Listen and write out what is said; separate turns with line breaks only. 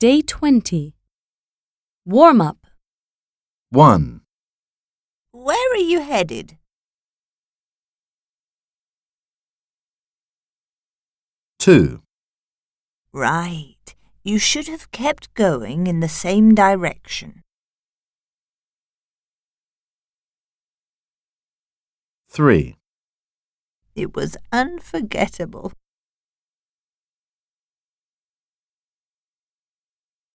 Day 20. Warm up.
1.
Where are you headed?
2.
Right. You should have kept going in the same direction.
3.
It was unforgettable.